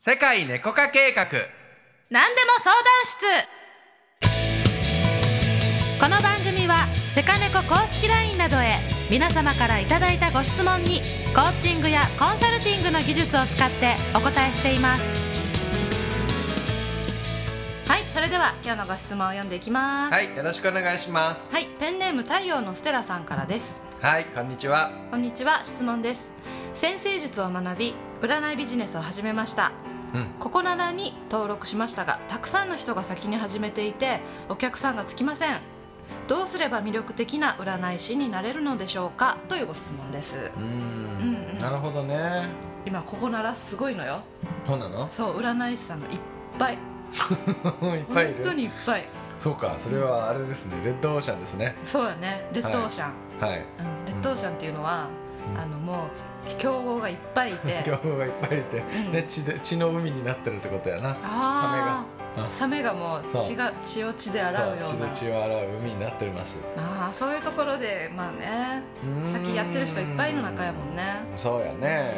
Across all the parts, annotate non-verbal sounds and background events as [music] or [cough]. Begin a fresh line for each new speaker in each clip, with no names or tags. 世界猫化計画
何でも相談室この番組はセカネコ公式 LINE などへ皆様からいただいたご質問にコーチングやコンサルティングの技術を使ってお答えしていますはいそれでは今日のご質問を読んでいきますはい、
はいよろしくお願いします
ペンネーム太陽のステラさんからです
はいこんにちは
こんにちは質問です先生術を学び占いビジネスを始めました
うん
ココナラに登録しましたがたくさんの人が先に始めていてお客さんがつきませんどうすれば魅力的な占い師になれるのでしょうかというご質問です
うーん
うんうん
なるほどね
今ココナラすごいのよ
そうな
[laughs]
の
そう占い師さんがいっぱい
いっぱいい
本当
る
にいっぱい
そうかそれはあれですねレッドオーシャンですね
そうやねレッドオーシャン、
はい
うん、レッドオーシャンっていうのは、
うん
あのもう競合がいっぱいいて
業務がいっぱいいて、
ん
ね、血で血の海になってるってことやな
あ
サメが
あサメがもう
そう
血が血を血で洗うよ
そう
うな
血で血を洗う海になってます
ああそういうところでまあね
うーん
先やってる人いっぱいいる中やもんね
そうや
うんうん
ね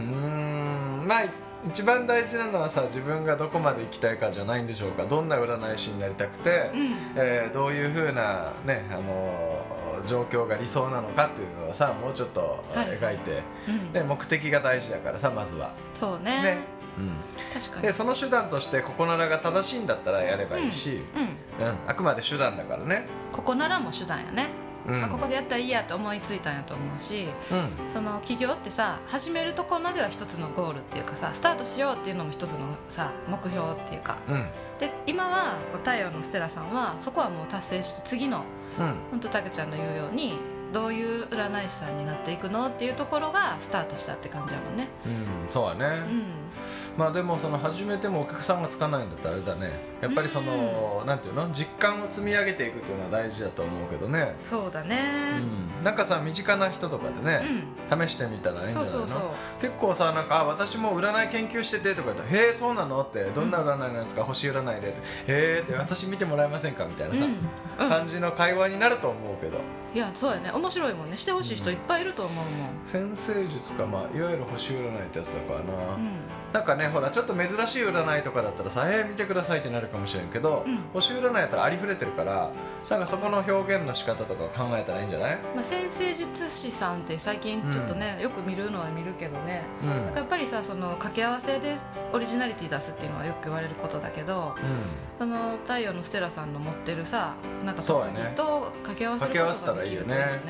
うーんまあ一番大事なのはさ自分がどこまで行きたいかじゃないんでしょうかどんな占い師になりたくて、
うんうん
えーどういうふうな、ねあのー状況が理想なのかっていうのをさもうちょっと
い
描いて、
うん
ね、目的が大事だからさまずは。
そうね
ねうん、
確かに
でその手段としてココナラが正しいんだったらやればいいし、
うん
うんあくまで手段だからね。
ここならも手段やね、
うん
まあ、ここでやったらいいやと思いついたんやと思うし
うん
その起業ってさ始めるとこまでは一つのゴールっていうかさスタートしようっていうのも一つのさ目標っていうか
うん
で今はこう太陽のステラさんはそこはもう達成して次の
うん
本当たけちゃんの言うようにどういう占い師さんになっていくのっていうところがスタートしたって感じやもんね
うん、そうだね、
うん
まあでもその始めてもお客さんがつかないんだったらあれだねやっぱりそのなんていうの実感を積み上げていくっていうのは大事だと思うけどね、
そうだね
うん、なんかさ身近な人とかでね、試してみたらいいんじゃ
そ
ないの
うそうそう
結構さなんかあ私も占い研究しててとか言ったら「へえそうなの?」って「どんな占いなんですか星占いで」って「へえ」って「私見てもらえませんか?」みたいな
うん、
さ、
うん、
感じの会話になると思うけど
いやそうやね面白いもんねしてほしい人いっぱいいると思う
先生術か、まあ、いわゆる星占いってやつだからな、
もん、うん、
なんかねほらちょっと珍しい占いとかだったらさ「えー、見てください」ってなるかもしれんけど、
うん
星占いやったらありふれてるからなんかそこの表現の仕方とか考えたらいいんじゃない、
まあ、先生術師さんって最近ちょっとね、よく見るのは見るけどね
うんうん
やっぱりさその掛け合わせでオリジナリティ出すっていうのはよく言われることだけどその太陽のステラさんの持ってるさなんか特
そうや
技
ね
と掛け合わせることができるってう
掛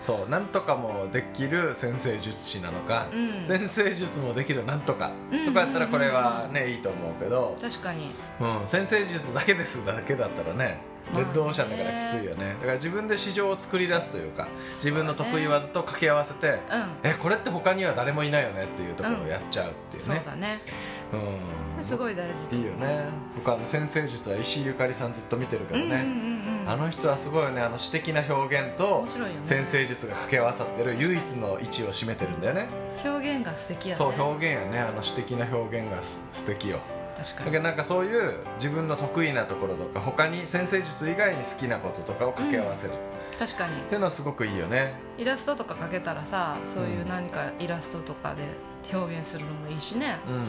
そうなんとかもできる先生術師なのか、
うん
先生術もできるなんとか、
うん
とかやったらこれはねいいと思うけど、
確かに
うん、先生術だけですだけだったらね
まあ
レ
ね
ッドオーシャンだからきついよねだから自分で市場を作り出すというか自分の得意技と掛け合わせて、
うん、
えこれって他には誰もいないよねっていうところをやっちゃうっていう
そう
ね、
だね
うん
すごい大事
いいよね僕あの先生術は石井ゆかりさんずっと見てるけ
うん
ど
うん
ね、
うんうん
あの人はすごいよねあの詩的な表現と
面白いよね
先生術が掛け合わさってる唯一の位置を占めてるんだよね
表現が素敵やね
そう表現やねあの詩的な表現がす素敵よ
確か
だ
に
けどなんかそういう自分の得意なところとか他に先生術以外に好きなこととかを掛け合わせる、っ
確かに
ていうのはすごくいいよね
イラストとか描けたらさそういううん何かイラストとかで表現するのもいいしね、
うん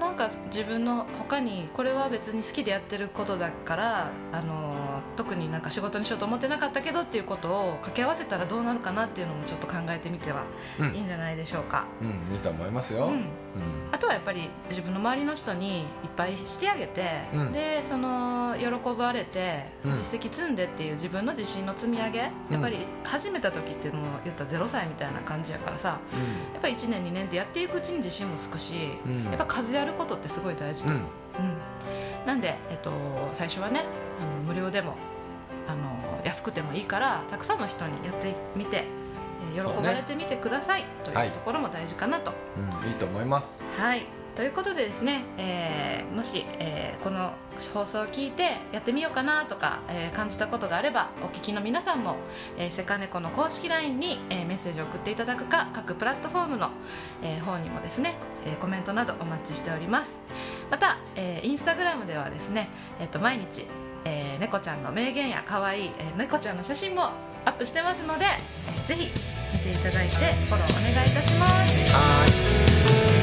なんか自分の他にこれは別に好きでやってることだからあのー特になんか仕事にしようと思ってなかったけどっていうことを掛け合わせたらどうなるかなっていうのもちょっと考えてみては
う
いいん
ん、
じゃないでしょうか、
うん、いいと思います
う
よ、
ん
うん
あとはやっぱり自分の周りの人にいっぱいしてあげて、
うん
でその喜ばれて
うん
実績積んでっていう自分の自信の積み上げ、
うん
やっぱり始めた時ってもう言ったら0歳みたいな感じやからさやっぱり1年2年ってやっていくうちに自信もつくし、
うん
やっぱ数やることってすごい大事と思う、うんなんで、えっと、最初はねあの無料でもあの安くてもいいからたくさんの人にやってみてえー
そうね
喜ばれてみてください、と
はいいう
ところも大事かなと。
うん、いいと思います
はいということでですね、えーもし、えーこの放送を聞いてやってみようかなとか、えー感じたことがあればお聞きの皆さんも、えーセカネコの公式 LINE に、えーメッセージを送っていただくか各プラットフォームの、えー方にもですね、えーコメントなどお待ちしておりますまた、えーインスタグラムではですね、えー、と毎日、えー猫ちゃんの名言や可愛い、えー猫ちゃんの写真もアップしてますので、えーぜひ見ていただいてフォローお願いいたします
はい